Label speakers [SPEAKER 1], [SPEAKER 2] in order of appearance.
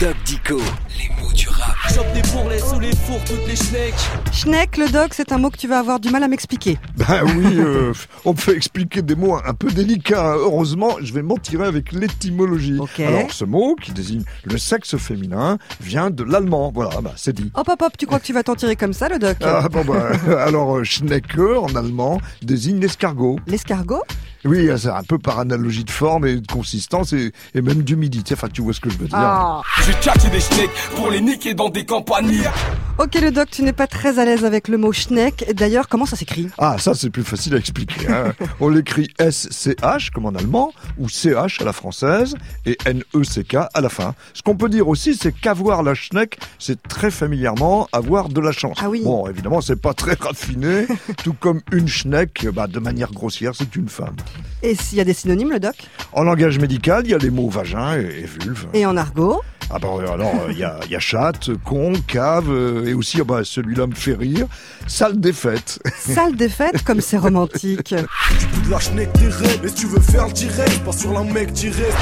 [SPEAKER 1] Doc Dico, les mots du rap.
[SPEAKER 2] Chope des bourrelets sous les fours, toutes les schnecks.
[SPEAKER 3] Schneck, le doc, c'est un mot que tu vas avoir du mal à m'expliquer.
[SPEAKER 4] Ben oui, euh, on peut expliquer des mots un peu délicats. Heureusement, je vais m'en tirer avec l'étymologie.
[SPEAKER 3] Ok.
[SPEAKER 4] Alors, ce mot qui désigne le sexe féminin vient de l'allemand. Voilà, bah, c'est dit.
[SPEAKER 3] Hop, hop, hop, tu crois que tu vas t'en tirer comme ça, le doc
[SPEAKER 4] Ah, bon, bah, alors, euh, Schnecker en allemand désigne l'escargot.
[SPEAKER 3] L'escargot
[SPEAKER 4] Oui, c'est un peu par analogie de forme et de consistance et, et même d'humidité. Enfin, tu vois ce que je veux dire.
[SPEAKER 3] Ah.
[SPEAKER 2] J'ai tchatché des schnecks pour les niquer dans des campagnes.
[SPEAKER 3] Ok, le doc, tu n'es pas très à l'aise avec le mot Schneck. D'ailleurs, comment ça s'écrit
[SPEAKER 4] Ah, ça, c'est plus facile à expliquer. hein. On l'écrit SCH, comme en allemand, ou CH à la française, et NECK à la fin. Ce qu'on peut dire aussi, c'est qu'avoir la schneck, c'est très familièrement avoir de la chance.
[SPEAKER 3] Ah oui.
[SPEAKER 4] Bon, évidemment, c'est pas très raffiné, tout comme une schneck, bah, de manière grossière, c'est une femme.
[SPEAKER 3] Et s'il y a des synonymes, le doc
[SPEAKER 4] En langage médical, il y a les mots vagin et, et vulve.
[SPEAKER 3] Et en argot
[SPEAKER 4] Ah bah euh, alors, euh, il y a, il y a chatte, con, cave, euh, et aussi, ah bah, celui-là me fait rire, salle des fêtes.
[SPEAKER 3] Salle des fêtes, comme c'est romantique.
[SPEAKER 2] Tu de la schneck des rêves. Et si tu veux faire le direct, pas sur la mec direct.